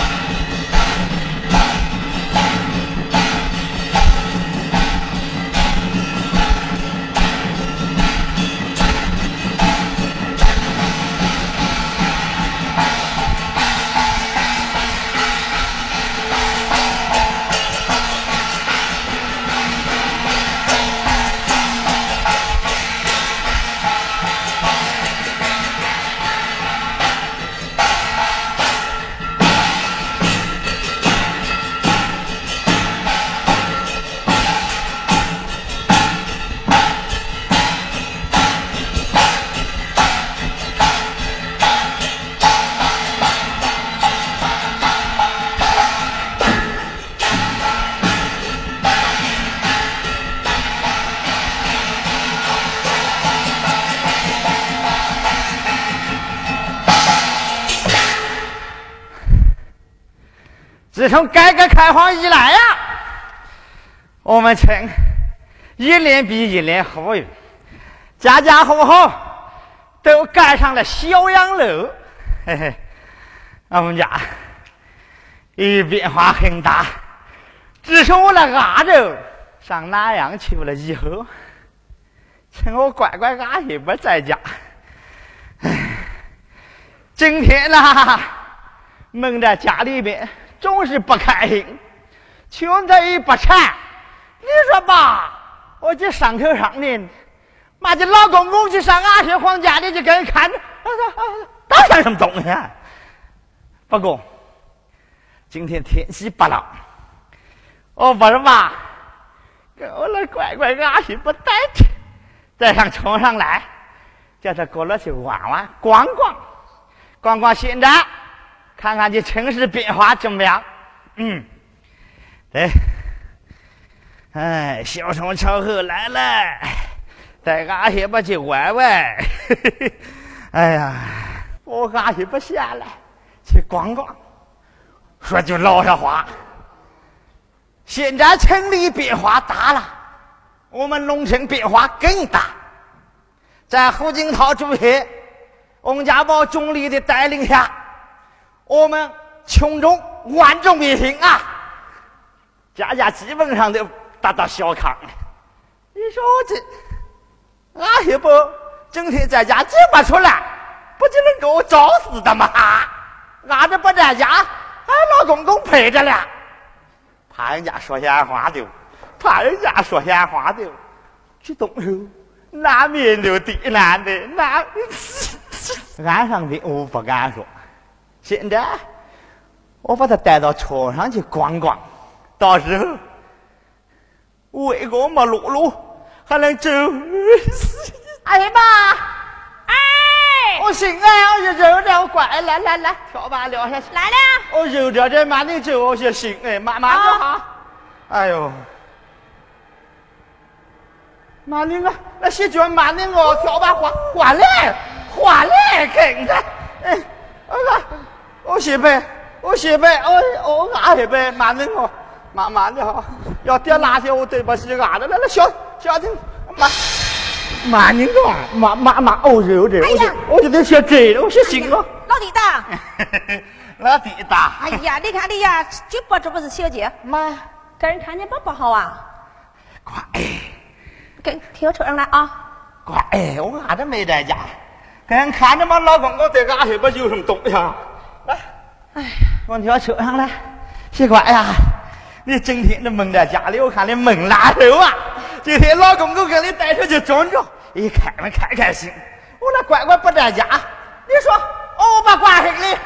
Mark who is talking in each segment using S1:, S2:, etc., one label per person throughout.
S1: 啊哎啊哎
S2: 自从改革开放以来呀，我们村一年比一年富裕，家家户户都盖上了小洋楼。嘿嘿，我们家一变化很大。自从我那丫头上南阳去了以后，趁我乖乖阿姨不在家，唉，今天呐、闷在家里边总是不开心，穷得一不馋。你说吧，我这伤头伤脸，妈这老公公去上大学放假的就跟人看，啊打算什么东西、啊？不过今天天气不冷，我不是妈，跟我那乖乖阿姨不带去，再上床上来，叫他过来去玩玩逛逛，逛逛现在。看看这城市变化怎么样？嗯，对，哎，小虫朝后来了，带阿些吧去玩玩。 哎呀，我阿些不下来，去逛逛。说句老实话，现在城里变化大了，我们农村变化更大。在胡锦涛主席、翁家宝总理的带领下。我们群众万众一心啊，家家基本上都达到小康。你说这，俺也不整天在家挤不出来，不就能给我找死的吗？俺这不在家，俺老公公陪着了，怕人家说闲话的，怕人家说闲话的，这东西难免就的难的难。 俺上的我不敢说。现在我把他带到车上去逛逛，到时候喂个没露露还能走。哎妈！
S3: 哎，
S2: 我心爱，我就揉着，我乖，来来来，跳吧，聊下去。
S3: 来了，
S2: 我揉着这慢点走，我就心哎，慢慢就好。哎呦，慢点啊，那些脚慢点哦，跳吧，滑滑来，滑来，跟着，哎。我我媳妇，我媳妇，我我俺媳妇，慢点哦，慢慢的哈，啊要掉垃圾我对不起俺的，来来小小点，慢慢点啊，慢慢慢，哦揉揉，
S3: 哎
S2: 我就我就得学这了，我学行了。
S3: 老弟大，
S2: 老弟大，
S3: 哎呀，你看你呀，这不这不是小姐，
S2: 妈，
S3: 给人看见不不好啊，
S2: 快哎
S3: 给停车上来啊，
S2: 快，我俺这没在家。给人看着嘛，老公公在俺这边有什么东西啊？来，
S3: 哎呀，
S2: 往条车上来，媳乖呀！你整天的闷在家里，我看你闷拉手啊！今天老公公给你带出去转转，一开门开开心。我那乖乖不在家，你说我把挂心里，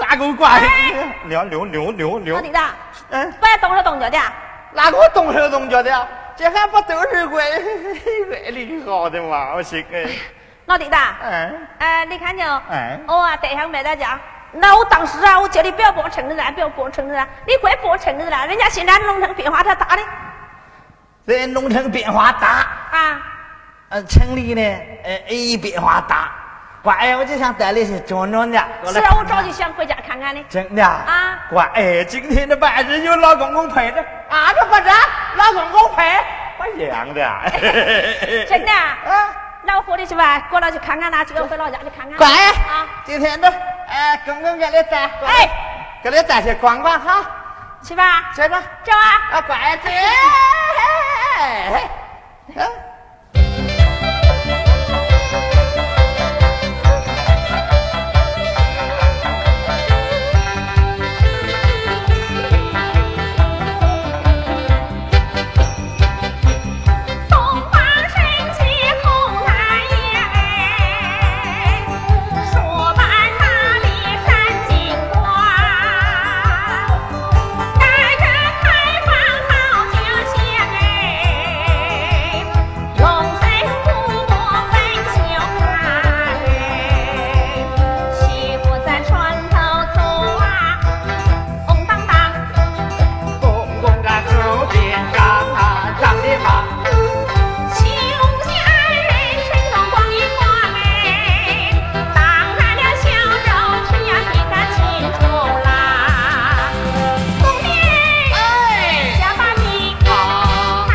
S2: 哪给我挂心里？牛牛牛牛
S3: 老
S2: 牛！
S3: 弟大，
S2: 嗯，
S3: 别动手动脚的，
S2: 哪给我动手动脚的？这还不都是乖 乖的好的吗？我心哎，
S3: 老弟大，
S2: 嗯
S3: 哎，你看见
S2: 哎
S3: 我啊，对象没在家。那我当时啊，我叫你不要帮我撑着来，不要帮我撑着来，你快帮我撑着来。人家现在农村变化太大了
S2: 这农村变化大。
S3: 啊！
S2: 呃，城里呢，呃，一变化大。乖，哎我就想带你去转转的。过
S3: 是
S2: 来
S3: 啊，我
S2: 看
S3: 早
S2: 看
S3: 就想回家看看呢。
S2: 真的
S3: 啊
S2: 乖，哎，今天的晚上有老公公陪着，俺这不着，老公公陪，不一样的啊。
S3: 真的
S2: 啊，
S3: 那我回去去吧，过来去看看啦，今个回老家去看看。
S2: 乖
S3: 啊，，
S2: 今天的，哎，公公给你带，过来
S3: 哎，
S2: 给你带去逛逛哈，
S3: 去吧，
S2: 走吧。
S3: 走啊！
S2: 啊，乖，走。啊
S3: 东方神起空来也，说满那里山景观，待人开放好酒香哎，
S1: 哎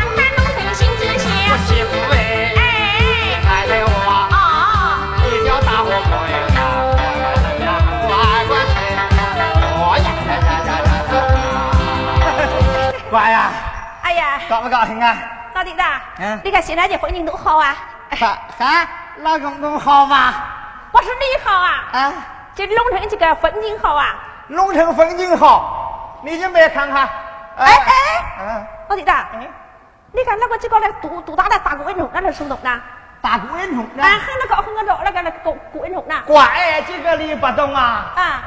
S1: 哦
S2: à,
S3: 啊，
S2: 高不高兴啊？
S3: 老弟子，
S2: 嗯
S3: 你看现在这环境多好啊！
S2: 啥啥？老公公好吗？
S3: 我说你好啊，
S2: 啊，
S3: 这龙城这个环境好啊！
S2: 龙城风景好，你准备看看？
S3: 哎哎
S2: 啊，
S3: 老弟子，
S2: 哎，
S3: 你看那个这个那堵堵大的大滚筒，那是手动的，啊，
S2: 打滚筒呢？
S3: 还那个横个走那个那个滚筒呢，
S2: 乖，这个你不懂啊？
S3: 啊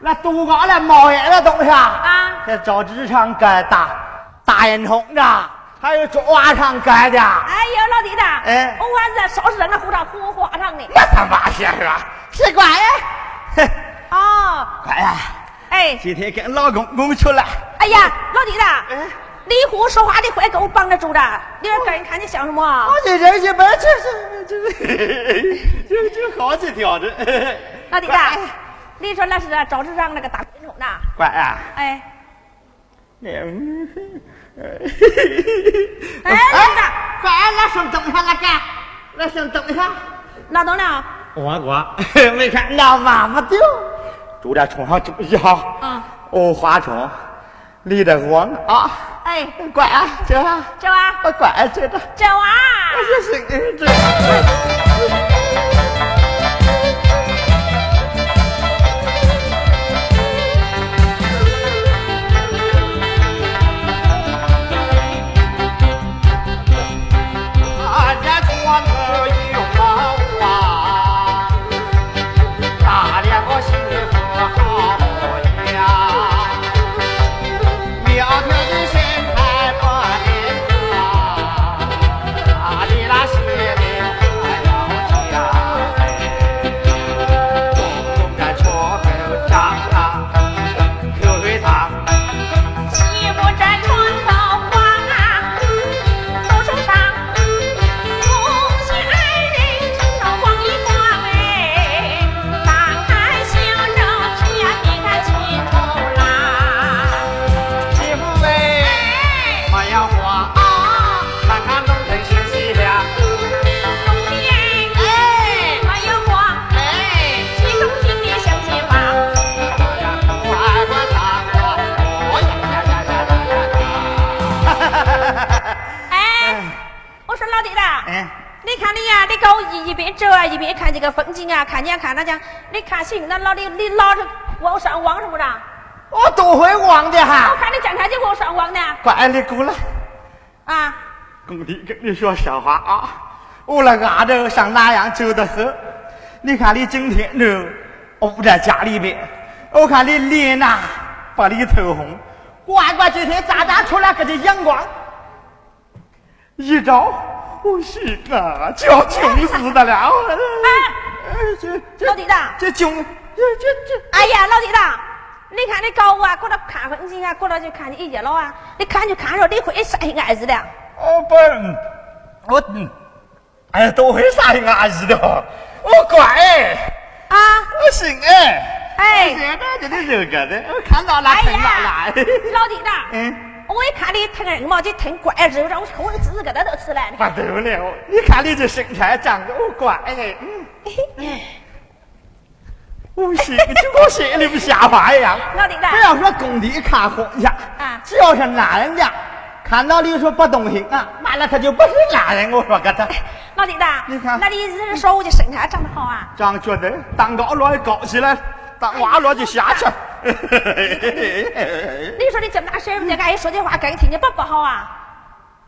S2: 那多高的冒烟的东西啊？
S3: 啊
S2: 这找纸上盖大大烟筒的，还有抓上盖的。
S3: 哎呦，老弟子，
S2: 哎
S3: 我晚是烧死人个胡上胡花上的。
S2: 那他妈些是吧？是乖呀，嘿
S3: 哦，
S2: 乖呀！
S3: 哎，
S2: 今天跟老公公出来，
S3: 哎呀，老弟子，
S2: 嗯，哦
S3: 你胡说话，你快给我帮着住着，你这跟人看你想什么？
S2: 我这人一般这 这这这这好几条的。
S3: 老弟子
S2: 乖，
S3: 你说那是找纸上那个大滚筒呢？
S2: 乖呀！
S3: 哎，
S2: 哎
S3: 哎
S2: 乖，来上等下来干，来上等下。
S3: 老董呢？
S2: 我 我没看到妈妈丢，住在床上注意哈。
S3: 嗯
S2: 哦，花丛离得远啊，
S3: 哎，
S2: 乖啊，这啊，
S3: 这娃，
S2: 我乖啊，这的，
S3: 这娃，
S2: 我这是这。大家穿着一袍啊，打两个媳妇好呀，苗条的身材把脸啊，啊你那鞋面还要加哎，公公车后长啊，头会长，
S3: 媳妇这床头花啊，都手上，恭喜二人成双光一光哎，当看小肉皮呀，你看亲头郎，
S2: 媳妇哎，
S3: 哎，
S2: 我要花，
S3: 哦。
S2: 看看农村新西凉。
S3: 冬天哎，没有光哎，西冬天的乡亲望。哎，我说老弟
S2: 哎
S3: 子，你看你呀，你搞一一边走啊，一边看这个风景啊，看见看那家，你看行，那老弟你老是往上望是不是啊？
S2: 我都会忘的
S3: 我
S2: 哈。
S3: 看你经常就往上望呢
S2: 乖，你过来，
S3: 啊！
S2: 公弟跟你说实话啊，我那伢子上哪样走得很？你看你今天呢，我不在家里边，我看你脸呐、把你头红。乖乖，今天咱俩出来给这阳光，一照，我心啊，就要穷死的了。哎，这这
S3: 老弟子，
S2: 这穷，这这这。
S3: 哎呀，老弟子。你看你搞我啊，过来看风景啊，过来就看你一夜了啊！你看就看着，你会晒孩子的。
S2: 哦不，嗯我嗯哎呀，都会啥阿姨的，哦我乖，
S3: 啊，
S2: 我行哎，
S3: 哎，
S2: 现在这里热个的，我看到哪
S3: 哎
S2: 疼到
S3: 呀，
S2: 哪，
S3: 老弟子，
S2: 嗯
S3: 我一看你疼人嘛，就疼怪子，让我口子疙瘩都吃来了。
S2: 不对了，你看你这身材长得我乖哎，嗯，我行，就我心里不下巴一样。
S3: 老弟子，
S2: 不要说工地看红呀，
S3: 啊
S2: 只要是男人家，看到你说不动心啊，完了他就不是男人，我说给他。
S3: 老弟子，
S2: 你看
S3: 那你这说我这身材长得好啊？
S2: 张觉得当高落高起来，当娃落就下去。
S3: 你说你这么大岁数，你爱说这话，跟人听见不不好啊？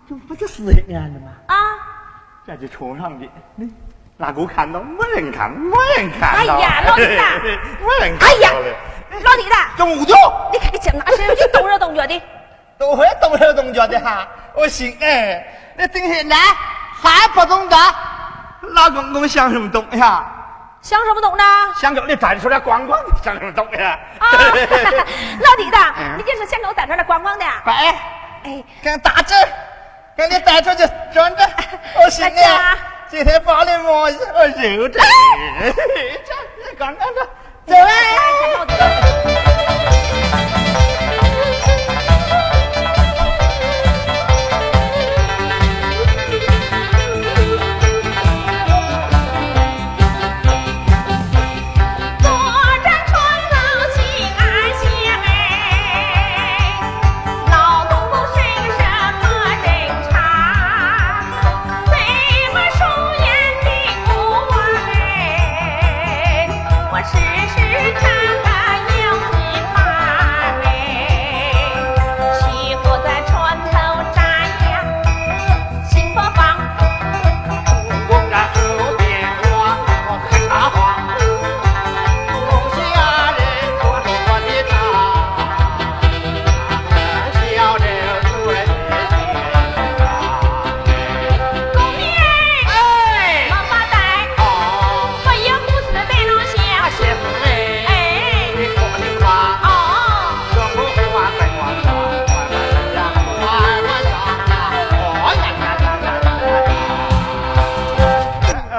S2: 这不是死人案的吗？
S3: 啊，
S2: 这就冲上去，你哪股看到？没人看，没人
S3: 哎
S2: 看到。
S3: 呀，老弟子，
S2: 没人看
S3: 哎呀
S2: 到了，
S3: 老弟子，
S2: 中午就
S3: 你看你这么大岁数，你动手动脚的，
S2: 都会动手动脚的哈。我行哎，那今天来还不动脚，老公公想什么动呀？
S3: 想什么动呢？
S2: 想给你站出来逛逛，想什么动呀？
S3: 啊， 老弟子，
S2: 嗯
S3: 你就是想跟我在这儿来逛逛的啊？
S2: 哎。
S3: 哎，
S2: 跟打字，给你带出去转着，我行
S3: 大家
S2: 啊！今天把你摸一我揉着，这刚刚的，走啊！
S3: 哎，老弟子。坐着床上心安歇，哎，老公公身上摸着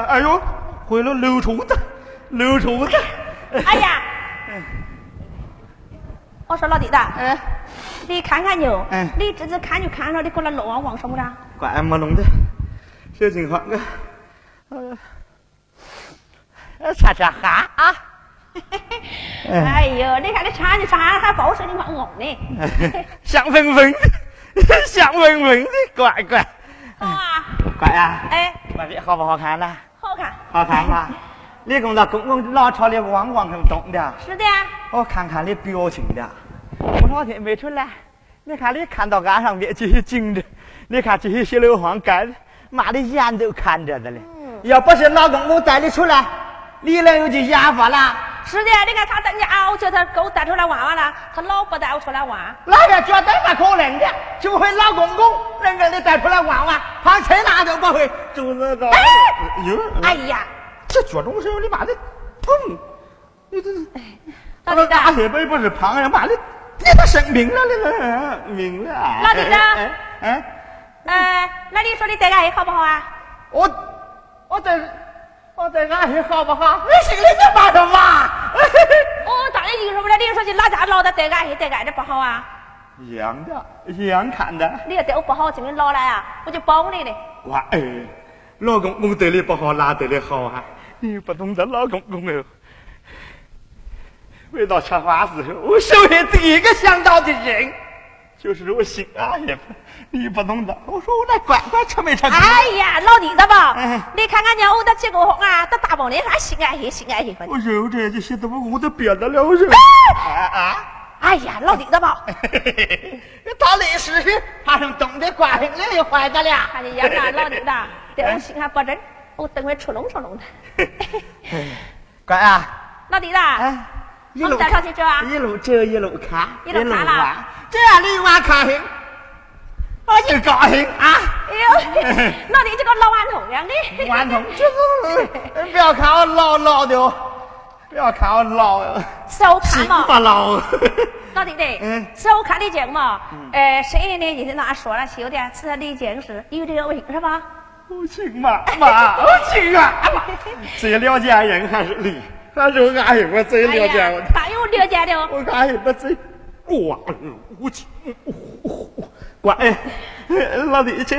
S1: 哎哦
S2: 回来溜厨子，溜厨子。
S3: 哎呀，
S2: 嗯
S3: 我说老弟子，
S2: 哎，
S3: 你看看牛
S2: 哎，
S3: 你这次看就看了，你过来啊老王王什么了？
S2: 怪没弄的，这情况啊，呃，查查哈啊，嗯
S3: 哎呦，你看你馋就馋，还抱着你玩我呢。
S2: 香喷喷的，香喷喷的，乖乖，
S3: 好
S2: 嗯
S3: 啊，
S2: 乖啊，
S3: 哎，
S2: 那这好不好看呢？
S3: 好看。
S2: 好看吧？你跟那公公老朝里汪汪的动的，
S3: 是的，
S2: 我看看你表情的，我老天没出来，你看你看到岸上面这些景的，你看这些小流氓干，妈的眼都看着的嘞。
S3: 嗯
S2: 要不是老公我带你出来，你能有这想法啦？
S3: 是的，你看他在家熬着，他狗带出来玩玩了，他老不带我出来玩。
S2: 那个绝对不可能的，就会老公公能让你带出来玩玩，跑车哪都不会，就是个。
S3: 哎
S2: 呦，
S3: 哎，呀，
S2: 这脚中是你妈的，砰！你这。哎
S3: 老弟
S2: 大
S3: 子，
S2: 铁杯不是旁人，妈的，你都生病了，你都明了。
S3: 老弟子
S2: 哎哎，
S3: 呃，那你说你带俺好不好啊？
S2: 我我在我在俺是好不好？你心里就骂他妈。
S3: 我哦当然有什么了，你说去哪家老的带俺去带俺这不好啊？
S2: 一样的，一样看的。
S3: 你要对我不好，今天老来啊，我就保你嘞。
S2: 哇哎，老公公对你不好，哪对你好啊？你不懂得老公公哦。回到吃饭时候，我首先第一个想到的人就是我心爱的。你不懂得，我说我那乖乖吃没吃苦？
S3: 哎呀，老弟子吧
S2: 哎，
S3: 你看俺家我的几个红啊，都大包的，俺心爱些，心爱些份。
S2: 我揉着这些都不我都憋得了，我揉。啊啊！
S3: 哎呀，老弟子吧，
S2: 到历史是发生东的瓜上了，又坏的了。
S3: 看你哎呀，
S2: 哎
S3: 那老弟子对我心还不真，我等会出笼出笼的。
S2: 哎乖啊！
S3: 老弟子，
S2: 哎，一
S3: 我
S2: 路
S3: 们再上去走啊
S2: 一路走一路看，
S3: 一路看啦
S2: 玩，这样你玩开心，我就高兴啊！
S3: 哎呦，老弟这个老顽童样的。
S2: 顽童就是，不要看我老老的哦，不要看我老哦，
S3: 收看
S2: 心
S3: 嘛，
S2: 不老哦。
S3: 老弟弟，
S2: 嗯
S3: 收看的节目嘛，呃，谁呢？今天俺说了，是有点吃的见识，有这个味是吧？
S2: 我亲妈妈，我亲啊 妈！最了解人还是你，还是我爱人，我最
S3: 哎
S2: 了解我
S3: 呀，。大有了 解的哦。
S2: 我爱人我最，哇，我亲，乖，老弟这，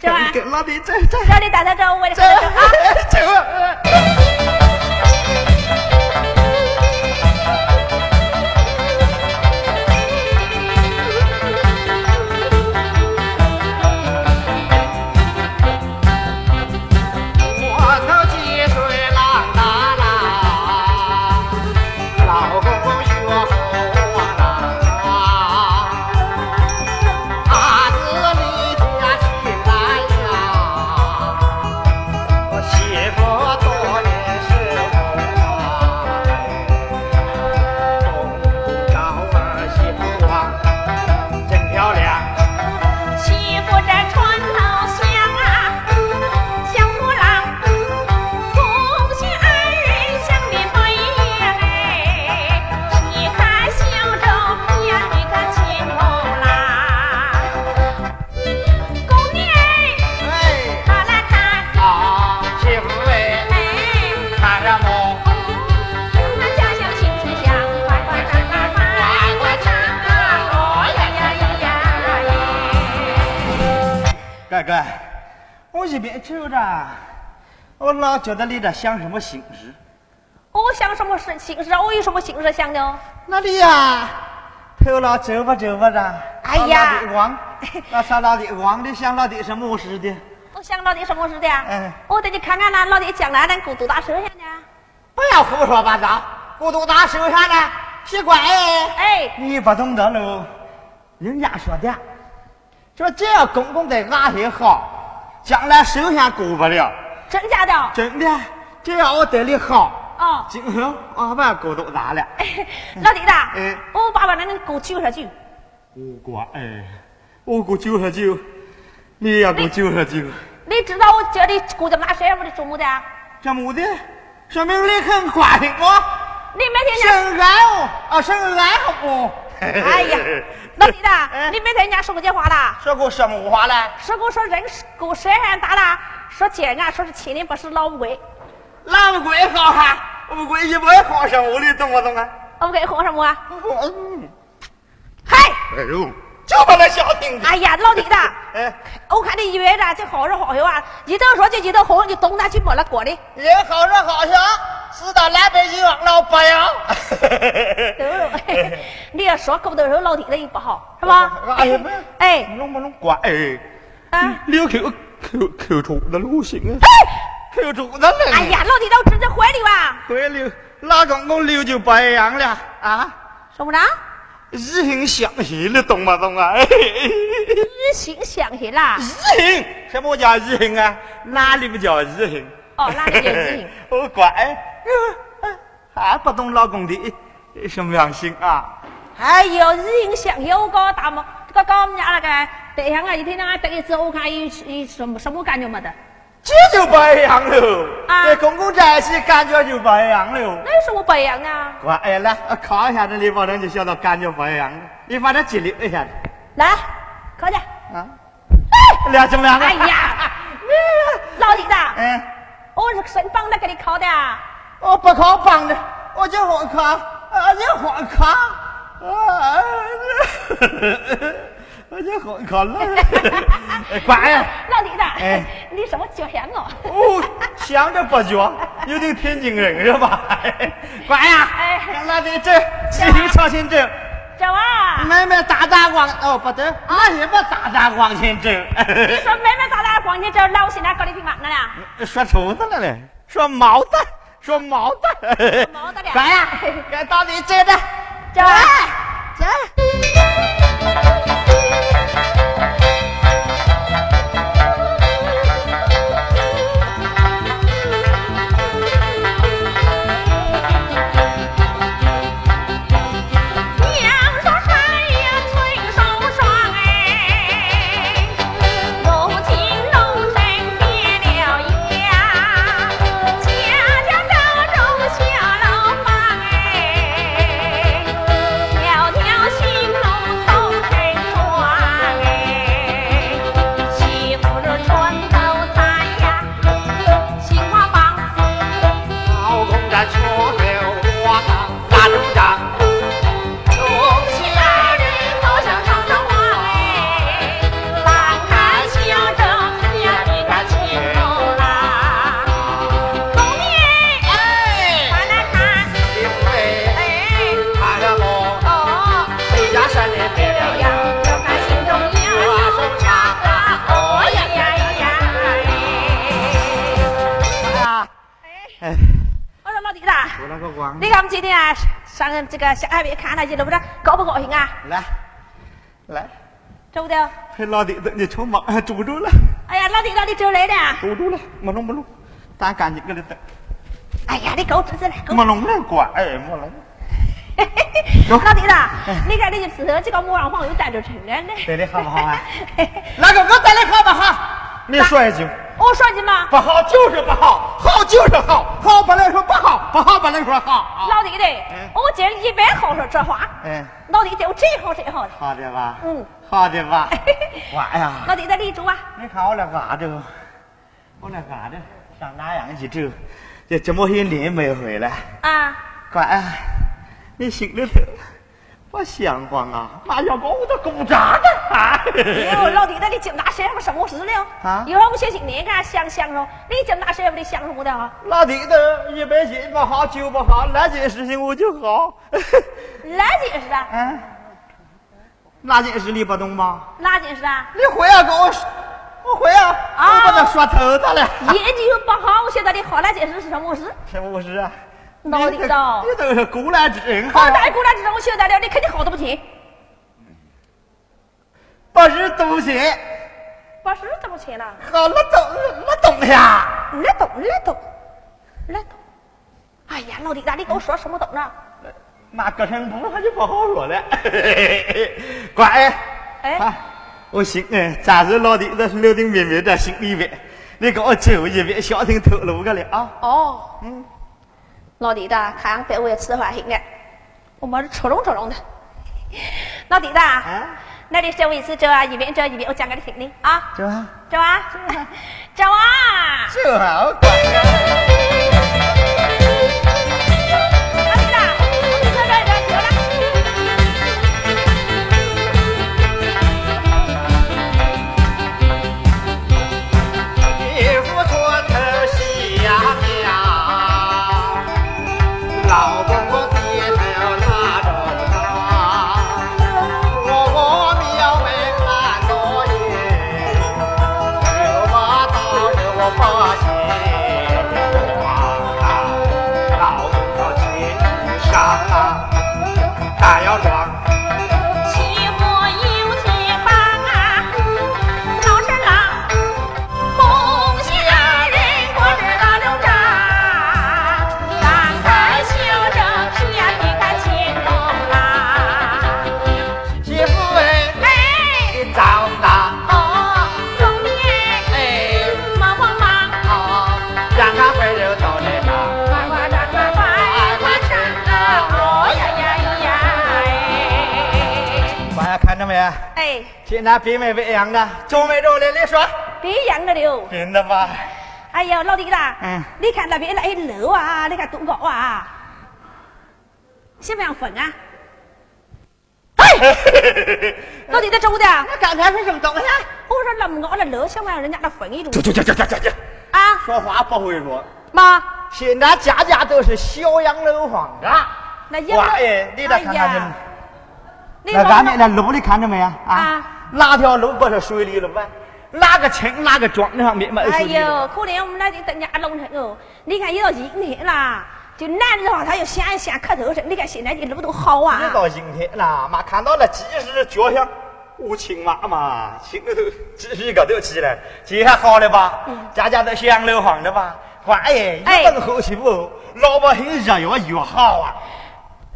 S2: 给老弟这这
S3: 让你带他走，我的
S2: 这
S3: 孩子啊。
S2: 这
S1: 我都几岁郎啦啦，老公公学好我郎啊，阿哥你家去来呀，我媳妇多年是我红高儿媳妇啊，真漂亮。
S3: 媳妇这船头香啊，香不郎，恭喜二人相恋不易嘞。你看小舟呀，你看青龙郎，姑娘儿
S1: 哎，
S3: 好来看，
S1: 好媳妇哎，
S3: 哎，
S1: 看什么？
S3: 那家乡亲切乡，快快唱啊，快快唱啊，哦呀呀咿呀耶。
S2: 乖乖，我一边瞅着，我老觉得你在想什么心事。
S3: 我哦想什么事情是啊我有什么形式想的？
S2: 那你呀，头脑走吧走吧的。
S3: 哎呀
S2: 老弟王，那啥老弟王，你想老弟什么事的？
S3: 我想老弟什么事的呀？
S2: 嗯
S3: 我得去看看那老弟将来能够多大寿险呢？
S1: 不要胡说八道，孤独大手下呢，奇怪哎，
S3: 哎，
S2: 你不懂得喽，人家说的，说只要公公对俺也好，将来首先过不了。
S3: 真假的？
S2: 真的，只要我对你好，
S3: 哦，哎
S2: 今后俺把狗都拿了。
S3: 老弟的，
S2: 嗯
S3: 我爸爸能给我救下去。
S2: 我过哎，我过九十九，你也过九十九，
S3: 你知道我这里过这么大岁数的做么的啊？
S2: 这么的，说明你很关心我，
S3: 你每天家，
S2: 深爱我，啊，深爱我。
S3: 哎 呀，老弟的，
S2: 嗯
S3: 你每天家说过这话啦？
S2: 说过什么话嘞？
S3: 说跟我说人是狗舌还大啦，说贱啊，说是亲的不是老乌龟。
S2: 郎归好汉，乌龟一般好上屋里，懂不懂啊？
S3: 我们给哄什么？啊
S2: 嗯
S3: 嗨，
S2: 哎呦，就把那小丁子，
S3: 哎呀，老弟的，
S2: 哎，
S3: 我看这一月的这好人好友啊，一到说就一到哄，你东南去摸了 锅的，
S1: 人好人好相，是到南北一往老八样。
S3: 对
S2: 啊
S3: 不对？ 你要说够的时候，老弟的也不好，是吧？
S2: 哎 哎呀不是
S3: 哎，
S2: 弄不弄乖？哎，
S3: 啊，
S2: 溜 Q Q Q 出的路行啊，Q 出的了。
S3: 哎，呀，老弟的，我指着怀里吧，
S2: 回溜，老公公溜就白养了啊，
S3: 什么呢？
S2: 日行相惜了，懂不懂 啊？哎
S3: 日行啊相惜啦，
S2: 日行什么叫日行啊？哪里不叫日行？
S3: 哦哪里叫日 行？
S2: 我乖，还不懂老公的什么样行啊？
S3: 哎呦，日行相惜，我搞大么？搞搞我们家那个对象啊，一天那等一次，我看有有什么什么感觉没得？
S2: 这就不一样了，
S3: 啊
S2: 这公公在一起感觉就不一样了。
S3: 那有什么不一样啊？
S2: 乖，哎，来，我靠一下这李宝能就晓得感觉不一样了。你把它激溜一下子
S3: 来，快点！
S2: 啊，俩怎么样啊？
S3: 哎 呀，老李子，
S2: 嗯，
S3: 我哦是生帮着给你烤的啊，
S2: 我不靠帮的，我就我靠，啊，就我靠，啊，我就我靠了。 哎乖呀，
S3: 老李子
S2: 哎，
S3: 你什么酒香哦？
S2: 哦，想着不觉，有点天津人是吧？ 乖呀，
S3: 哎
S2: 那得这自行朝前走，
S3: 走啊！
S2: 妹妹打打光，哦不对，那也不打打光前走。
S3: 你 说妹妹咋咋光你这老现在搞的挺忙的啦？
S2: 说厨子了嘞，说毛蛋，说毛蛋，
S3: 毛蛋了
S2: 来呀，该到你这的，
S3: 走啊！
S2: 这
S3: 娘说寒夜催收霜哎，母亲龙身别了呀，家家高中下楼忙哎，条条新路都成双哎，媳妇儿穿都在呀，新花棒，
S1: 老公在秋柳花上打竹仗，
S3: 夫妻二人都想成双哎，打开小舟呀，你个亲头啦。公爷，看哎来看，
S1: 因为
S3: 哎，
S1: 看着我
S3: 哦，
S1: 回家山里没了
S3: 呀，
S1: 呀。
S3: 要看心中呀有伤啊，哦呀呀呀！
S2: 啊，哎，
S3: 我说老弟啦，
S2: 我那个光
S3: 你看我们今天啊上这个小海边看了去了，不是高不高兴啊？
S2: 来，来，
S3: 对不对？
S2: 陪老弟子你出忙， 堵住了，
S3: 哎呀，老弟，老弟走来的。
S2: 堵住了，没弄没弄，咱赶紧给他等，
S3: 哎呀，你狗侄子来，狗
S2: 没弄了乖，哎，没弄，嗯
S3: 老弟啦，你看你适合这个模样，朋友带着成人的。
S2: 哎 对的好不好啊？ 老公公咱俩好不好？你说一句，
S3: 我哦说你嘛，
S2: 不好就是不好，好就是好，好不能说不好，不好不能说好。
S3: 老弟的
S2: 嗯，
S3: 我今儿一百好说这话，
S2: 嗯，
S3: 老弟对我真好真好的。
S2: 好的吧？
S3: 嗯，
S2: 好的吧？娃呀，
S3: 老弟在里住啊，
S2: 你看我那娃子，我那娃子上哪样去住？这这么些年没回来，
S3: 啊，
S2: 乖啊，你醒了头，不想慌啊！妈要搞我都鼓掌的啊！
S3: 哎呦，老弟在里警大师傅什么事了？
S2: 啊
S3: 一会儿我学习你看想享受，你警大师傅的享受的啊？
S2: 老弟的一杯酒不好，酒不好，那件事情我就好。
S3: 哪件事啊？
S2: 嗯，那件事你不懂吗？
S3: 哪件事啊？
S2: 你回啊，跟我说，我回啊，
S3: 啊
S2: 我把他说头子了。
S3: 业绩又不好，我现在的好哪件事是什么事？
S2: 什么事啊？
S3: 闹得
S2: 你这
S3: 到
S2: 你都是古来之人
S3: 好
S2: 哈，
S3: 歹过来知道我现在了，你肯定好的不行。
S2: 不是东西，
S3: 不是怎么钱了？
S2: 好了懂了懂呀。
S3: 那懂那懂那懂。哎呀，老弟，咋你跟我说什么懂呢？
S2: 那葛成不他就不好说了。 乖，
S3: 哎
S2: 啊，我行哎，暂时老弟这是留定秘密在心里边，你给我揪一遍，小心透露个了啊。
S3: 哦，
S2: 嗯，
S3: 老弟的，看样对我也吃欢喜了，我们是出笼出笼的。老弟的，
S2: 啊
S3: 那你这一次走啊，一边走一边我讲给你听听啊，
S2: 走啊，
S3: 走啊，走啊。
S2: 走啊，乖。
S3: 哎
S2: 老公公低头拉着他，我庙没看到耶，我把刀给我把心啊，老公公心上啊，大摇庄。
S3: 欺我有几帮啊，老是郎，红杏二人不知道刘璋，赶快修正皮呀，你看青龙啊，
S2: 媳妇哎，
S3: 哎，
S2: 你长大
S3: 哦，龙面
S2: 哎，
S3: 忙慌忙，
S2: 好，让俺回头到来吧。
S3: 快快转快快快转啊，哦呀呀呀
S2: 大家看着没？啊
S3: 哎，哎，
S2: 今天比美未养的，皱没皱的？你说，
S3: 别养着了。
S2: 真的吧？
S3: 哎呦，老弟啦，
S4: 嗯
S3: 你看那边那一楼啊，你看多高啊，像不像坟啊？哎，老弟，这周的，
S2: 那刚才是什么东啊西？
S3: 我说那么高的楼，像不像人家那坟一种
S4: 就就就就就就，
S3: 啊？
S2: 说话不会说。
S3: 妈，
S2: 现在家家都是小洋楼房啊。
S3: 那也
S2: 哇哎，你再看看
S3: 哎
S2: 你
S4: 那
S2: 们，
S3: 呀那老
S4: 俺们那楼你看着没啊？
S3: 啊，
S2: 哪条路不是水里了吗？哪个清哪个庄那上面没
S3: 哎
S2: 水里
S3: 呦
S2: 了？，
S3: 可怜我们那等家农村哦，你看也到今天啦，就男的话他就先先磕头声，你看现在这路都好啊。
S2: 你到今天呐，妈看到了几十脚下无亲妈妈，亲几十个都起来，这还好了吧？家家都香楼房的吧？哇耶，
S3: 哎
S2: 一门好媳妇，老百姓日越越好啊！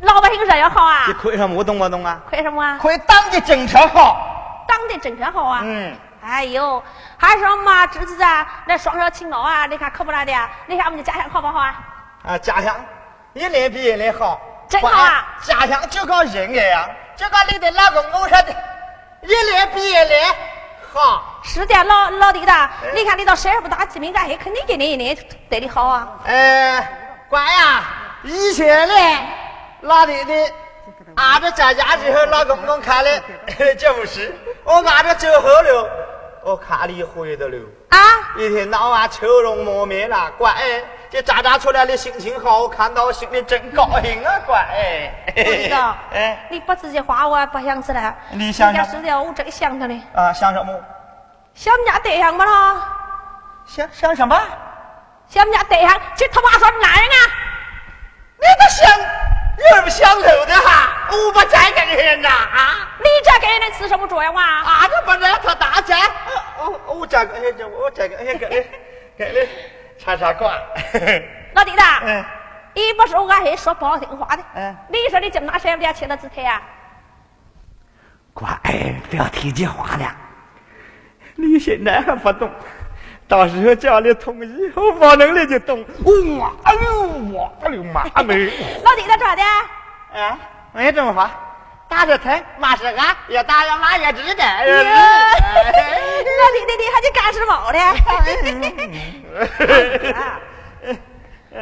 S3: 老百姓说也好啊
S2: 你，亏什么懂不懂啊？
S3: 亏什么啊？
S2: 亏当地政策好。
S3: 当的真真好啊。
S2: 嗯，
S3: 哎呦，还说嘛，侄子啊，那双手清高啊，你看可不咋的呀，你看我们的家乡好不好啊？
S2: 啊，家乡一年比一年好，
S3: 真好啊
S2: 哇！家乡就靠人爱呀，就靠你的老公我说的，一年比一年好。
S3: 是的，老老弟的，你看你到山上不打鸡鸣干黑，肯定给你一年对你好啊。
S2: 呃，乖呀，以前呢，老弟的俺这在家之后，老公公开了节目室，我俺这走后了，我看了一回的了。
S3: 啊，
S2: 一天到晚愁容满面啦，乖哎，这渣渣出来的心情好，我看到我心里真高兴啊，乖哎。
S3: 老弟的，
S2: 哎，
S3: 你不自己花我不想死了。
S2: 你想想
S3: 家是的，我真想他嘞，
S2: 啊，想什么？
S3: 想我们家对象不咯？
S2: 想想什么？
S3: 想我们家对象，去他妈说男人啊！
S2: 你个想人不想头的哈，我不再跟人呐啊。
S3: 你这给人吃什么作用啊？
S2: 啊，这不是他打针，我我我这个哎这我这个哎个哎个哎，插插挂，
S3: 老弟的，
S2: 嗯
S3: 你不是我俺谁说不好听话的，
S2: 嗯
S3: 你说你进哪山不家亲的姿态啊？
S4: 乖，不要提这话了。你现在还不懂，到时候叫你同意，我不能你就懂。哇哎呦，我的妈咪！
S3: 老弟的咋的？
S2: 啊，没这么法，打着疼，骂是俺，越打越骂越知道。
S3: 哎呀 老弟的，你还去干什么
S2: 哎
S3: 嘞？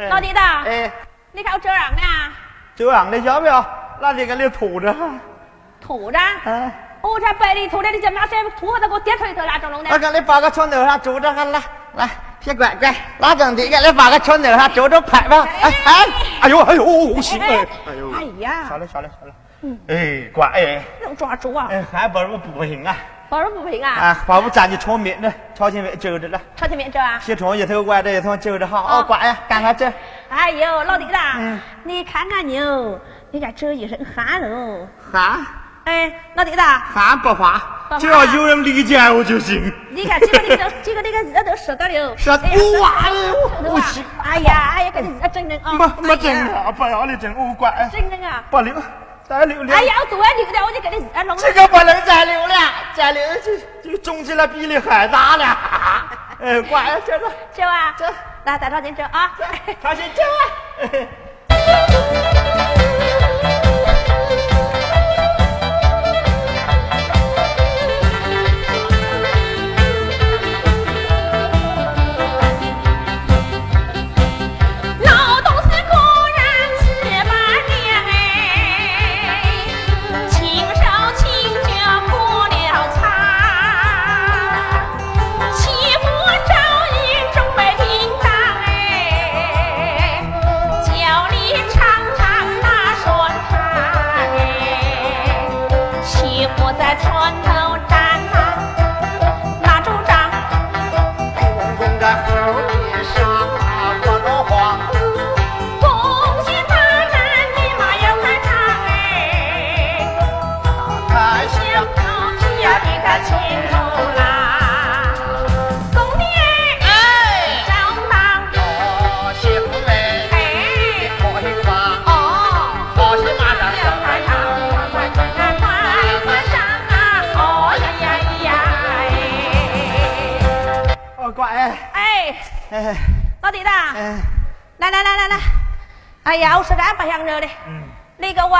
S3: 老弟的，
S2: 哎，
S3: 你看我这啊样呢，
S2: 这样的要不要？那你给你吐着，
S3: 土着，
S2: 哎，
S3: 我这白里土着，你这拿山土子给我叠出一头来，中龙
S2: 我
S3: 的。
S2: 给你把个床头上拄着，来来，小乖乖，拿整的给你把个床头上拄着拍吧，哎哎，
S4: 哎呦哎呦，行哎！
S2: 哎呦，
S3: 哎
S2: 好
S3: 呀，
S2: 了好了好了，哎乖哎。
S3: 能抓住啊！
S2: 哎，还不如不行啊！
S3: 保证不平啊！
S2: 啊，把我站起床面着，朝前面走着了，
S3: 朝前面这啊！
S2: 西床一头歪着一头走着哈。
S3: 啊
S2: 哦，乖呀，赶快走。
S3: 哎呦，老弟的
S2: 嗯，
S3: 你看看你哦，你看这一身汗喽！
S2: 喊
S3: 哎，老弟的，
S2: 喊不
S3: 不
S2: 发
S3: 发
S4: 人理解我就行。
S3: 你看这 个这个这个这个热都湿的了，哎
S2: 是哇，
S3: 对
S2: 我
S3: 吧
S2: 去，
S3: 哎呀，哎呀，给你整整啊！
S2: 没没整
S3: 哎呀
S2: 啊，不要你整，我乖，
S3: 整整啊！
S2: 不留，再留留
S3: 哎。呀，我多留点，我就给你弄了。
S2: 嗯这个不能再留了，再留就就肿起来比你还大了。 哎，乖呀，这个
S3: 这吧，
S2: 这
S3: 来，咱找您这啊。
S2: 小心走啊。
S3: 劳动是工人十八年，轻手轻脚过了仓，媳妇招人准备叮当哎，叫你尝尝
S2: 哦哎
S3: 老弟子啊，
S2: 哎，
S3: 来来来来来，哎呀，我实在不想惹你，
S2: 嗯
S3: 你给我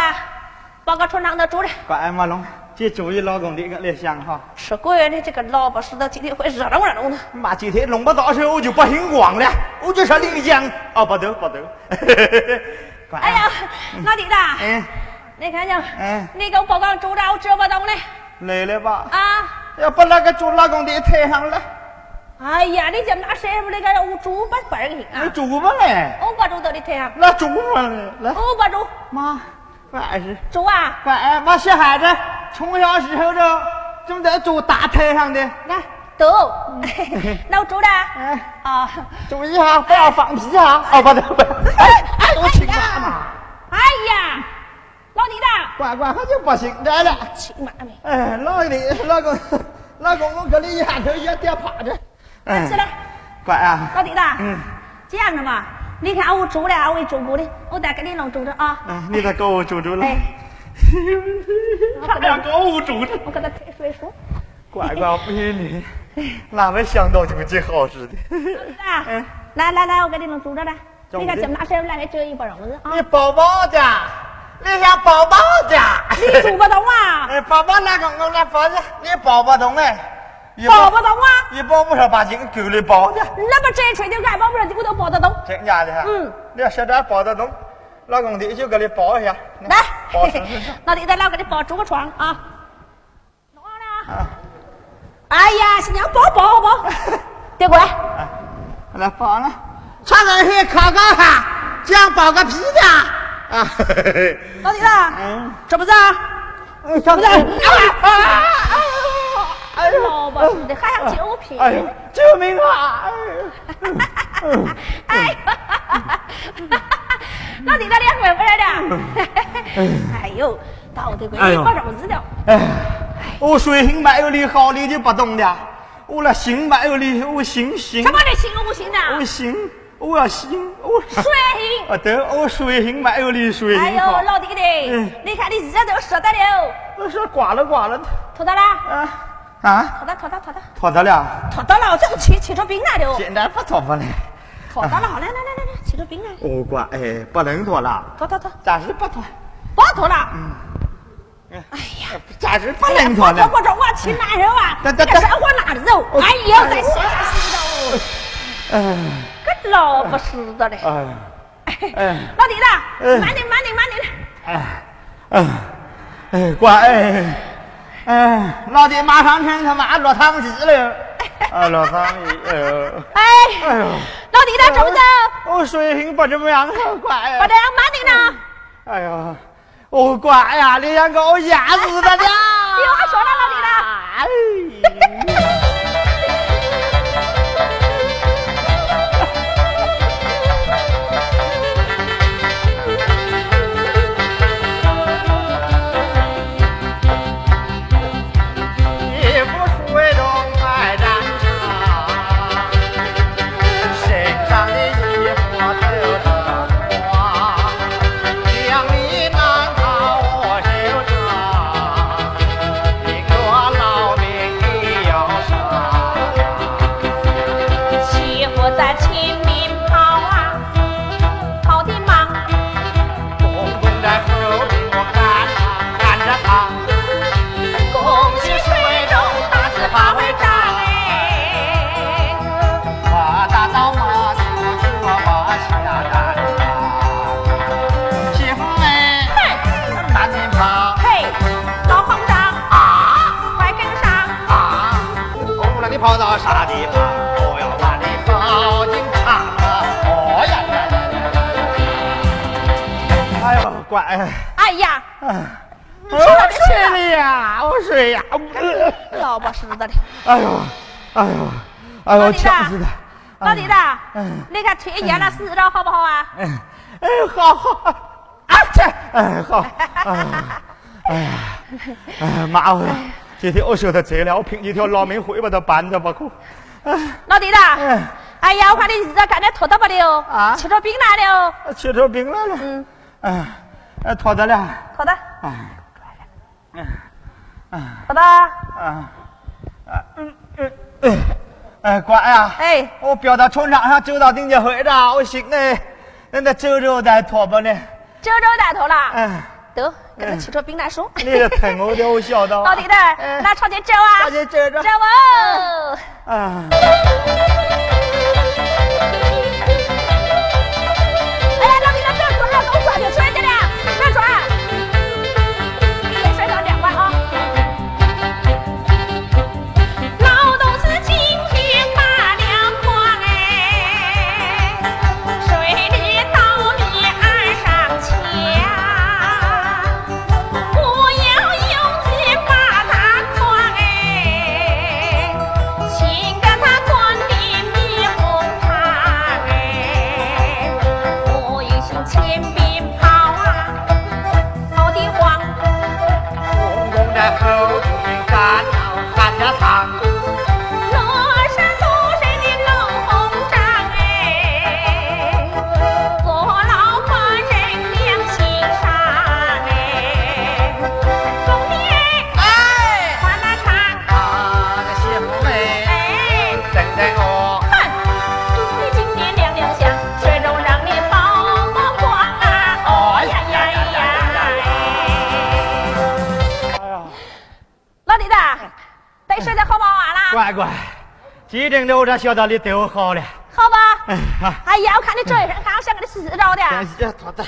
S3: 包个纯糖的煮着。
S2: 乖俺马龙，这主意老公的个来香哈。
S3: 吃惯了这个老不死的，今天会热弄热弄的。
S2: 妈，今天弄不到时候我就不姓光了，我就说丽江。哦，不得不 得，乖
S3: 哎呀，老弟子啊，
S2: 嗯，
S3: 你看见
S2: 嗯
S3: 你给我包个煮着，我折不动了
S2: 累了吧？
S3: 啊！
S2: 要不那个主老公的太上了，
S3: 哎呀，你这拿谁不那个我煮不本行
S2: 那
S3: 啊？
S2: 主吧嘞，
S3: 我不煮到你腿上，
S2: 那主吧嘞，来，
S3: 我不煮
S2: 妈，俺是。
S3: 煮啊！
S2: 乖，哎我小孩子从小时候就就得住大太上的，
S3: 来，走，那我煮着
S2: 嗯
S3: 啊！
S2: 注意哈，不要放屁哈！哦，不对，不对，
S3: 哎
S2: 哎，
S3: 哎
S2: 我亲
S3: 哎呀
S2: 妈妈，
S3: 哎呀，老弟子，
S2: 乖乖，我就不行来了。
S3: 亲妈咪，
S2: 哎，老李，老公，老公，我搁你丫头也别趴着。Ừ. 哎
S3: 快哎起来。
S2: 乖啊，
S3: 老弟子，
S2: 嗯，
S3: 这样的吧，你看我煮了，我也煮不了，我再给你弄煮着啊。
S2: 哎，你再给我煮住了，
S3: 哎，
S2: 差点给我煮住。
S3: 我给他推水说。
S2: 乖乖，我不信你，哪没想到你们这好似的？
S3: 老弟子啊，来来来，我给你弄煮着来。
S2: 中
S3: 你看
S2: 午
S3: 怎么拿来给这一包子啊？
S2: 你宝宝的，你家宝宝的，
S3: 你煮不懂啊？
S2: 哎，宝宝那个我那房子，你包不懂哎，一
S3: 包不懂啊？
S2: 一包不少把金狗里包的，
S3: 那么这吹就干包不上，我都包得懂。
S2: 真假的哈？
S3: 嗯，
S2: 你要小点包得懂，老公的就给你包一下，
S3: 来
S2: 包试试。，
S3: 老弟子，来我给你包煮个床啊。弄好了啊
S2: 啊，
S3: 哎呀，新娘包包包，别过来，
S2: 来包了，穿个黑烤烤哈，这样包个皮的啊。
S3: 老弟子
S2: 嗯，
S3: 这不是啊？
S2: 小子，
S3: 哎呦，不是的，还想救 皮？
S2: 哎呦，救命啊！
S3: 哎呦，老弟，咱俩回回来的。 哎呦，到底鬼
S2: 哎
S3: 你
S2: 呦
S3: 包肘子了。
S2: 哎，我水性白有的好的就不懂的，我那心白有的，我心心
S3: 什，么这行不行
S2: 我
S3: 呐？
S2: 心，我要心，我
S3: 水行。
S2: 啊对，我水性白有的水
S3: 哎
S2: 性
S3: 呦，
S2: 好。嗯
S3: 老弟弟，你看你热都说到了，
S2: 我说刮了刮了，
S3: 脱到了，
S2: 啊啊，
S3: 脱到脱到脱到
S2: 脱得了？
S3: 脱到了，这起起出病来了，
S2: 现在不脱不了。
S3: 脱到了，好来来来来来，起出病来，
S2: 我刮哎，不能脱了，
S3: 脱脱脱，
S2: 暂时不脱。
S3: 别脱了，
S2: 哎呀，暂时不能嗯脱
S3: 脱脱
S2: 了。
S3: 不着我起难受啊，
S2: 等
S3: 这
S2: 等等
S3: 生活哪肉？
S2: 哦
S3: 哎呦，在下死
S2: 哎
S3: 的，个哦老不死的嘞，
S2: 哎哎
S3: 老弟子，慢点慢点慢点，
S2: 哎哎哎，乖哎哎，老弟马上成他妈落汤鸡了。啊，落汤鸡，哎呦哎
S3: 哎，
S2: 呦，嗯
S3: 老弟子怎么着？
S2: 我水平不怎么样，哎乖。
S3: 把这样慢点呢？
S2: 哎呀，我乖呀，你想给我压死他的。
S3: 有话哎说了，老弟子。
S2: 哎。一副水中爱战场，身上的衣服都成花，两里难逃我手掌，一个老命一要伤。
S3: 欺负咱亲民跑啊，跑得忙，
S2: 公公在手里我看他看着他，
S3: 恭喜水中大字把为大哎，
S2: 马大刀马刀我马下战场，媳妇哎，慢点跑。
S3: 嘿，老慌张啊，快跟上
S2: 啊，红了你跑到啥地方？我要把你抱进场啊！哦呀呀呀呀！哎呦，乖！
S3: 哎呀，
S2: 我睡了呀，我睡呀！
S3: 老不实的嘞，
S2: 哎呦，哎呦，哎
S3: 老
S2: 呦，
S3: 李子
S2: 呛死的！
S3: 老李子
S2: 嗯，
S3: 你看腿也那死着好不好啊？
S2: 哎，哎，好好，啊切，哎，好，哎呀，哎呀，妈我，今天我受他罪了，我凭一条老命回把他扳着吧，哭！嗯
S3: 老弟子，哎呀，我看你日子干的妥当不了，
S2: 啊
S3: 吃着病来了，
S2: 吃出病来了。
S3: 嗯，
S2: 哎，哎，脱得了。
S3: 妥当，
S2: 哎，
S3: 妥当，
S2: 啊，啊，嗯嗯，哎，哎，乖呀、啊！
S3: 哎，
S2: 我表到从场上走到丁家回了，我寻呢，那那走走再拖吧呢。
S3: 周周打头了。
S2: 嗯，
S3: 得，给他取出冰大叔。
S2: 你这嗯疼我的，我笑到。
S3: 老弟的，那朝前走啊！
S2: 朝前走着
S3: 走哦。
S2: 啊，
S3: 哎呀，老弟的，别抓，给我抓去，摔去了，别抓。别摔倒两万啊！
S1: 老豆子今天把粮筐哎，谁知稻米岸上抢，我要用钱把它筐哎，请个他端的米红汤哎，我一心千遍跑啊跑得慌，
S5: 公公在后边赶到汉家仓，
S1: 罗山路上的龙红章哎，我老婆人两心上哎，公爹哎，还那唱
S5: 他的媳妇妹
S1: 哎，
S5: 等待我。
S1: 哼，你今天亮亮相，水中让你曝光光啊，哦呀呀呀哎，
S2: 哎呀，
S3: 老弟的，得摔在后宝瓦了，
S2: 乖乖，这阵子我这小道理对我好了。
S3: 好吧
S2: 哎？呀，
S3: 哎呀，我看你这一身汗，像给你死着的。啊
S2: 感谢托的，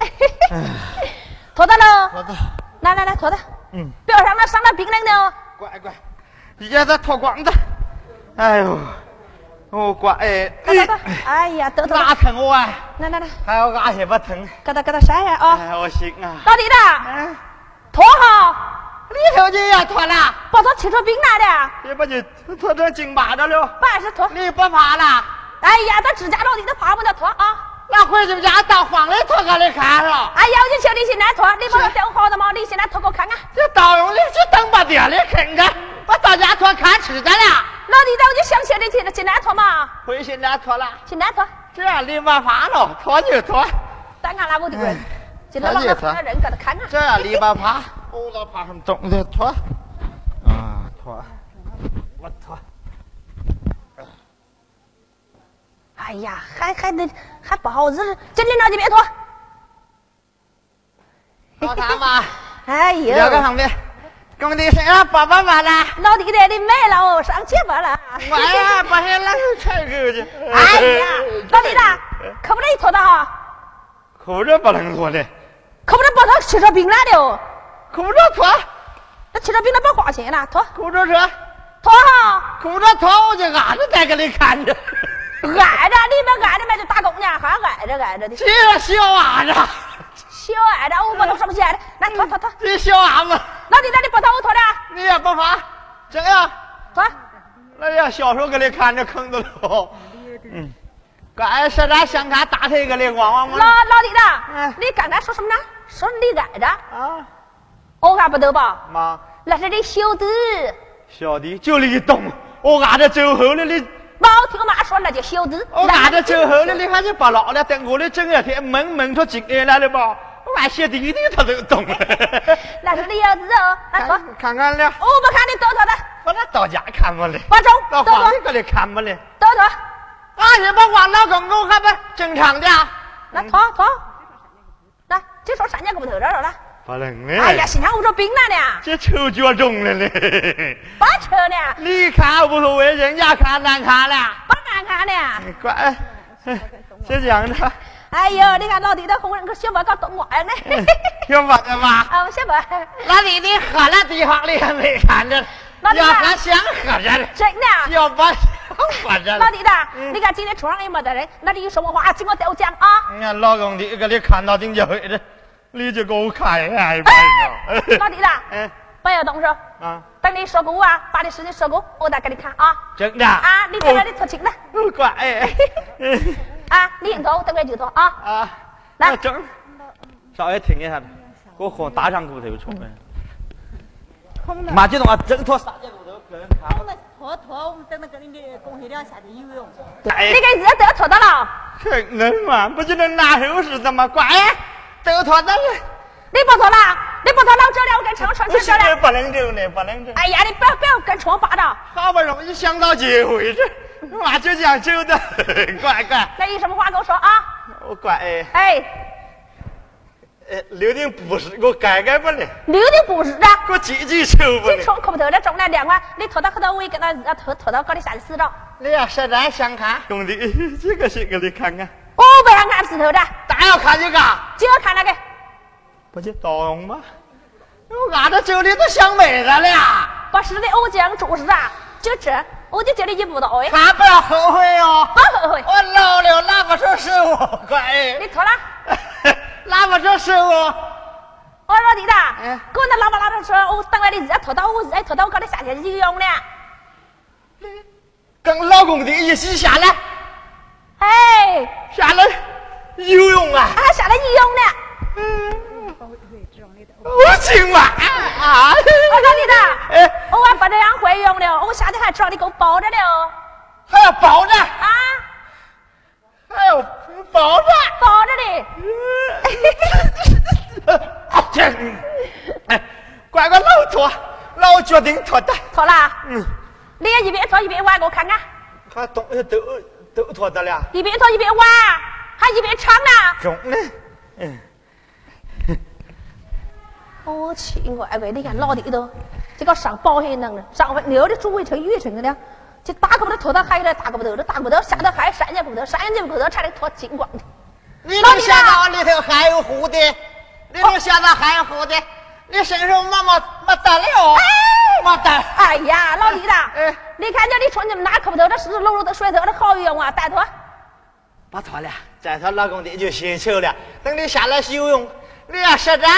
S3: 哎脱的喽，
S2: 托的，
S3: 来来来，脱的，
S2: 嗯，
S3: 不要让那上那冰冷的哦。
S2: 乖乖，也是脱光的。哎呦，我乖哎，
S3: 嘎哒嘎，哎呀，得得，
S2: 哪疼我啊？
S3: 来来来，
S2: 还有俺也不疼。
S3: 嘎哒嘎哒，晒晒啊！
S2: 哎，我行啊。
S3: 老弟的，
S2: 哎，
S3: 脱好，
S2: 里头就也脱了。
S3: 把他起出冰来的，
S2: 这不就脱成金巴的了？
S3: 办事脱。
S2: 你不怕啦？
S3: 哎呀，他指甲到底都爬不了脱啊！
S2: 那回你们家大黄的脱给你看了，
S3: 哎呀，我就请你先来脱，你把我等好的毛，你先来脱给我看看。
S2: 这倒用的去等把爹的看看，把大家脱看吃的了。
S3: 老弟的，我就想请你先先来脱嘛，
S2: 回去拿脱了，
S3: 先来脱，
S2: 这样你没法了，脱就脱，
S3: 咱俺拉我的
S2: 哎
S3: 人，今天老俺那人给他看看。
S2: 这样你不怕，我倒怕什么东西脱？啊，脱，我脱。
S3: 哎呀，还还得还不好日子，今天着急别脱。
S2: 好看 吗？
S3: 哎
S2: 两个
S3: 呦，
S2: 上面，工地身上爸爸妈了，
S3: 老弟的，你卖了哦，上去吧了。
S2: 我呀，把人拉踹出去。
S3: 哎呀，老弟的，可不能脱的哈，
S2: 可这不能脱的，
S3: 啊可不能把他吃成冰来的哦。
S2: 可这脱，
S3: 那吃成冰了不花钱了，脱
S2: 可这脱。
S3: 脱哈，
S2: 哭着头我就俺着在给你看着，
S3: 挨着你们挨着买就打工呢，还挨着挨着的，
S2: 这个小娃子，
S3: 小挨着我把他什么钱的，来脱脱脱，
S2: 这小娃子，
S3: 老弟那你把他我脱了，
S2: 你也不怕？这样，
S3: 脱，
S2: 那要哎小时候给你看着坑的喽。嗯，该是咱想看大腿给你逛逛
S3: 老
S2: 吗？
S3: 老弟
S2: 嗯
S3: 的，你刚才说什么呢？说你挨着，
S2: 啊，
S3: 我还不得吧？
S2: 妈，
S3: 那是你小子，
S2: 小弟就你懂，我俺着走后了你。
S3: 没听妈说那叫小子，
S2: 我俺着走后了，你看你不老了，等我的整个天闷闷出进来了吧？我俺小弟弟他都懂了。
S3: 那是你小子哦，来脱，
S2: 看看看了，
S3: 我不看你多脱的，
S2: 我那到家看不了。
S3: 八中，
S2: 老
S3: 多
S2: 黄
S3: 脱
S2: 你给你看不了。
S3: 多脱，
S2: 啊，你不管老公公还不正常的、啊？
S3: 来脱脱，来，这手闪电给我头着了，来。
S2: 不能嘞
S3: 哎呀，心肠捂着冰了呢，
S2: 这臭脚中了嘞！
S3: 不扯呢，
S2: 你看无所谓，人家看难看了。
S3: 不难看呢。
S2: 你乖，哎就这样的。
S3: 哎呦，你看老弟的红人可小宝搞懂我呢。
S2: 要我的妈！
S3: 啊，我小宝，
S2: 那你你喝了地方你还没看着，
S3: 老弟
S2: 要
S3: 啊
S2: 喝想喝着了，
S3: 真的，
S2: 要不喝着了
S3: 老。弟的，你看今天床上也没得人，那你有什么话尽管对我讲啊。
S2: 你看哎老公的给你看到顶就会了，你就给我看一下
S3: 哎， 老弟的，
S2: 嗯
S3: 不要动手，
S2: 啊，
S3: 等你说够啊，把你事情说够，我再给你看啊。
S2: 真的
S3: 啊，你这边你脱情的，
S2: 我乖哎
S3: 啊，你硬头，等会就脱啊。
S2: 啊，
S3: 来
S2: 那整，稍微停一下子，给我哄打上骨头出门。马这种啊，整脱三件骨头给人看。
S6: 那坨坨，我们等着给你给恭喜两下的游泳。
S2: 哎
S3: 你，给自己得脱的了，
S2: 可能嘛，不就那拿手是的吗？乖，都脱的了，
S3: 你不脱了，你不脱了，我这了我给你尝穿
S2: 我
S3: 穿
S2: 现
S3: 穿
S2: 在
S3: 的。
S2: 不能整了，不能整。
S3: 哎呀，你不要不要跟床巴掌，
S2: 好不容易想到机会，这妈就这样整的，乖乖，
S3: 那有什么话跟我说啊？
S2: 我乖。哎
S3: 哎，
S2: 呃，刘定不是我改改不了，
S3: 留的不是啊，
S2: 我挤挤手不
S3: 这
S2: 了。
S3: 床可不得了，中了两块，你拖到后头我也给他呃拖拖到高里三十四张。
S2: 你要实在想看，兄弟，这个是给你看啊看，
S3: 我不想看石头的，
S2: 咱要看就看，
S3: 就要看那个。
S2: 不就懂吗？我俺这酒里都想美了了，
S3: 不是的，我讲主是啊，就这，我就觉得一不到哎，
S2: 还不要后悔哦。
S3: 不后悔。
S2: 我老了，拿不出手哦，乖
S3: 你，拖了，
S2: 拿不出手哦。
S3: 我说你的
S2: 嗯，
S3: 给我那老板拉着说，我等下你自己拖到我自己拖到我高里三十四用了。
S2: 跟老公的一起下来，
S3: 哎，
S2: 下来游泳啊，
S3: 啊，下来你用了。
S2: 我今晚啊，
S3: 我说你的，
S2: 哎
S3: 我还把这样回用了，我下去还知道你给我包着了
S2: 还要包着，
S3: 啊，
S2: 还要包着。
S3: 包着的。
S2: 啊这，哎，乖乖老脱，老决定脱的，
S3: 妥啦，
S2: 嗯，
S3: 你也一边拖一边挖，给我看看，
S2: 还都都都脱的了，
S3: 一边拖一边挖，还一边唱呢。
S2: 中了，嗯，
S3: 我去，乖乖，你看老弟都，这个上包黑弄了，上回留的住卫城、越城的了。这打个不得，拖到海里，打个不得，这打个不得，下到海，山也不得，山也不得，差点拖金光的。
S7: 你
S3: 老
S7: 能
S3: 李
S7: 想
S3: 啊
S7: 到里头还有蝴蝶，你能想到还有蝴蝶，你身上没没没得了，没得。
S3: 哎呀，老弟的，
S7: 哎
S3: 你看叫你穿这么拿可不得，这湿湿漉漉的水头，这好冤枉，带拖。
S7: 不脱了，再脱老公的就辛臭了。等你下来游泳，你要实在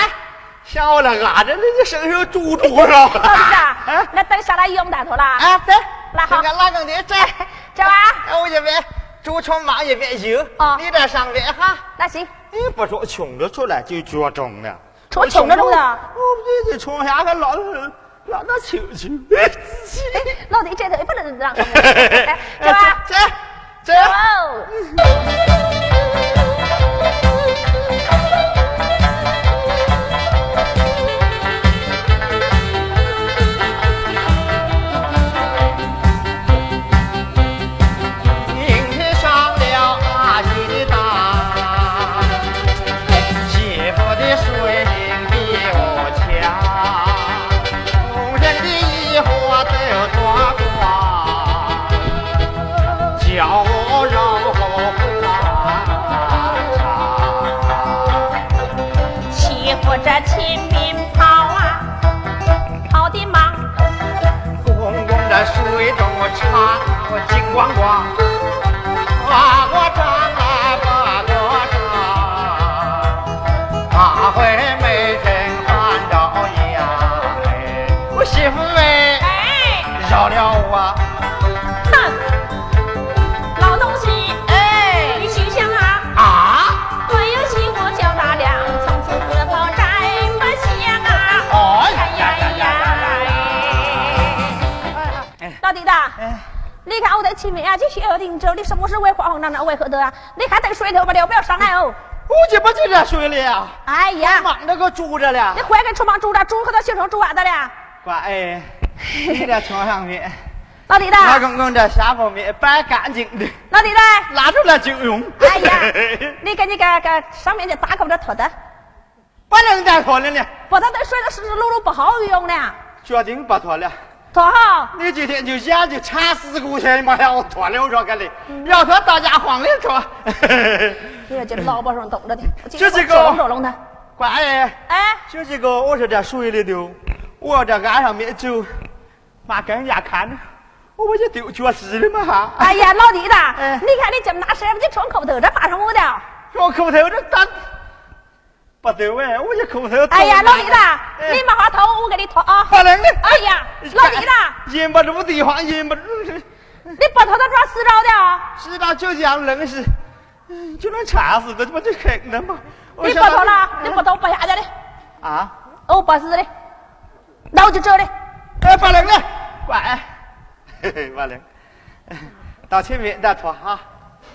S7: 想我了俺这你这身上住住了。
S3: 老弟的，那等下来用带拖啦。
S7: 啊，对，
S3: 那好
S7: 你看老公的 这
S2: 哎
S3: 这玩意儿
S7: 我一边住床忙一边游，
S3: 哦
S7: 你在上边哈。
S3: 那行，
S2: 你哎不说穷着出来就脚中了，
S3: 穿穷着住的。
S2: 我不这从下个老老那球球，
S3: 老弟这头也不 能让，哎这玩意儿
S2: 这这
S3: 哇哦！
S7: 迎上了阿姨的当，媳妇的水平比我强，红人的衣花都脱光，叫我肉红啊
S1: 欺负这亲民跑啊，跑的忙，
S7: 公公的水中唱，我金光光，把我张来把我张，哪回没人看着呀？哎我媳妇哎，
S1: 哎，
S7: 饶了我，
S3: 嗯
S1: 哼，老东西，哎，你去想啊，
S7: 啊，
S1: 我有媳妇叫大梁，从此自跑摘不香啊，
S7: 哎
S1: 哎
S7: 呀
S1: 呀
S7: 呀呀呀
S1: 呀！
S3: 老弟的，你看我在前面啊，这学校定州，你什么时候会慌慌张张为何的啊？你看这水头不了，不要上来哦！
S2: 我这不就在水里啊，
S3: 哎呀，
S2: 忙着给住着了
S3: 你。回来跟厨房住着，住和他学生住完的了。
S2: 乖，哎，你在床上面，
S3: 老弟的，
S2: 老公公在下方面摆干净的，
S3: 老弟的，
S2: 拿出来就用。
S3: 哎 呀，你跟你个个上面这打可不着脱的，
S2: 不能再脱了呢，
S3: 不然这水头湿湿漉漉不好用呢。
S2: 决定不脱了。
S3: 脱好，
S2: 你今天就眼就差四股钱，妈让我脱了说给
S3: 嗯
S2: 你，要脱到家荒里脱。
S3: 你哎说这老百姓懂着的，我今
S2: 这
S3: 天
S2: 是个
S3: 我捉弄捉弄他。
S2: 乖，哎，
S3: 哎，
S2: 就这个我是在水里丢，我在岸上面就，妈跟人家看着，我不就丢脚湿了吗？哈
S3: 哎呀，老弟的，
S2: 哎
S3: 你看你这么大身，你穿口头这怕 什么的？
S2: 我口头这咱不对哎，我这口头。
S3: 哎呀，老弟
S2: 哎
S3: 的，你没法头，我给你 脱啊！
S2: 不能的。
S3: 哎呀，老 弟的，
S2: 忍不住地方，忍不住，
S3: 你不脱他抓死着的啊！
S2: 知道就这样冷死，嗯就能馋死的，这不就坑的吗？我
S3: 你不
S2: 想到
S3: 脱 了，你不脱不下去的，
S2: 啊？
S3: 我不死的，那我就这里。
S2: 哎，不能的，乖，嘿 嘿，不能。到前面再脱啊！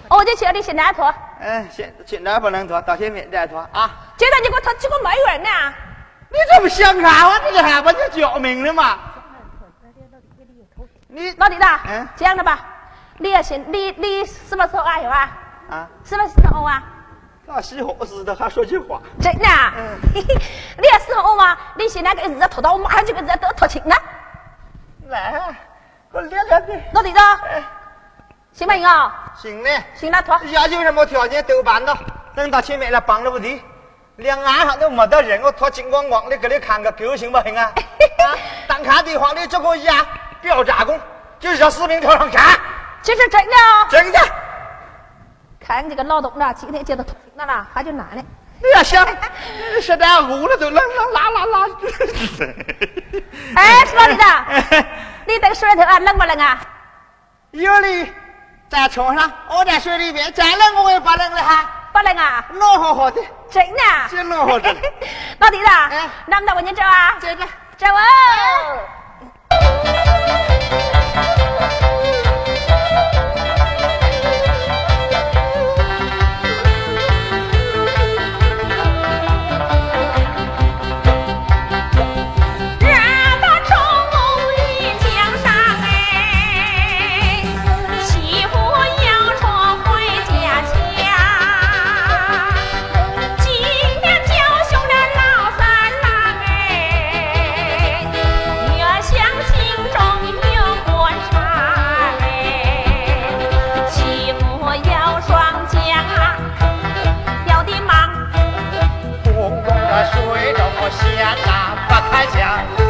S3: 哦我就去你现在脱，
S2: 哎，现现在不能脱，到前面再脱啊！
S3: 现在你给我脱，结果没人呢。
S2: 你这不想啥我这个还不就救命了吗？你
S3: 老弟的
S2: 嗯，
S3: 这样的吧，你要先，你你什么时候啊有啊？
S2: 啊，
S3: 什么时候啊？
S2: 那时候似的还说句话，
S3: 真的啊？
S2: 嗯
S3: 嘿嘿 你要时候嘛，你现在给人家拖到，我马上就给人家得脱亲了。
S2: 来啊，给我聊聊呗。
S3: 老弟的，行吧，英哦，
S2: 哎行嘞，
S3: 行了，脱。
S2: 要求什么条件都办到，等到前面来帮着不提。两岸上都没得人，我脱金光光的给你看个狗行不行啊？啊，单看地方你这个牙表扎工，就是要士兵头上砍，
S3: 这是真的哦。
S2: 真的。
S3: 看这个老董呢，今天接到脱亲了啦，还就难了。
S2: 你要想，现哎在捂了都拉拉拉拉拉。
S3: 哎，是老弟的，你这个水头啊冷不冷啊？
S2: 有理，在床上，我在水里边，再冷我也不冷了哈，
S3: 不冷啊，
S2: 暖和和的。
S3: 真的啊。
S2: 真暖和着呢
S3: 老弟的
S2: 哎，
S3: 能不能我你走啊？
S2: 真的。
S3: 走啊！
S1: 让他中午于江上哎，媳妇要说回家家，今天叫兄了老三郎哎，越想心中有过伤哎，媳妇要双江啊，要的忙。
S8: 公公的水中我闲呐不开枪，
S2: 哎啊哎哦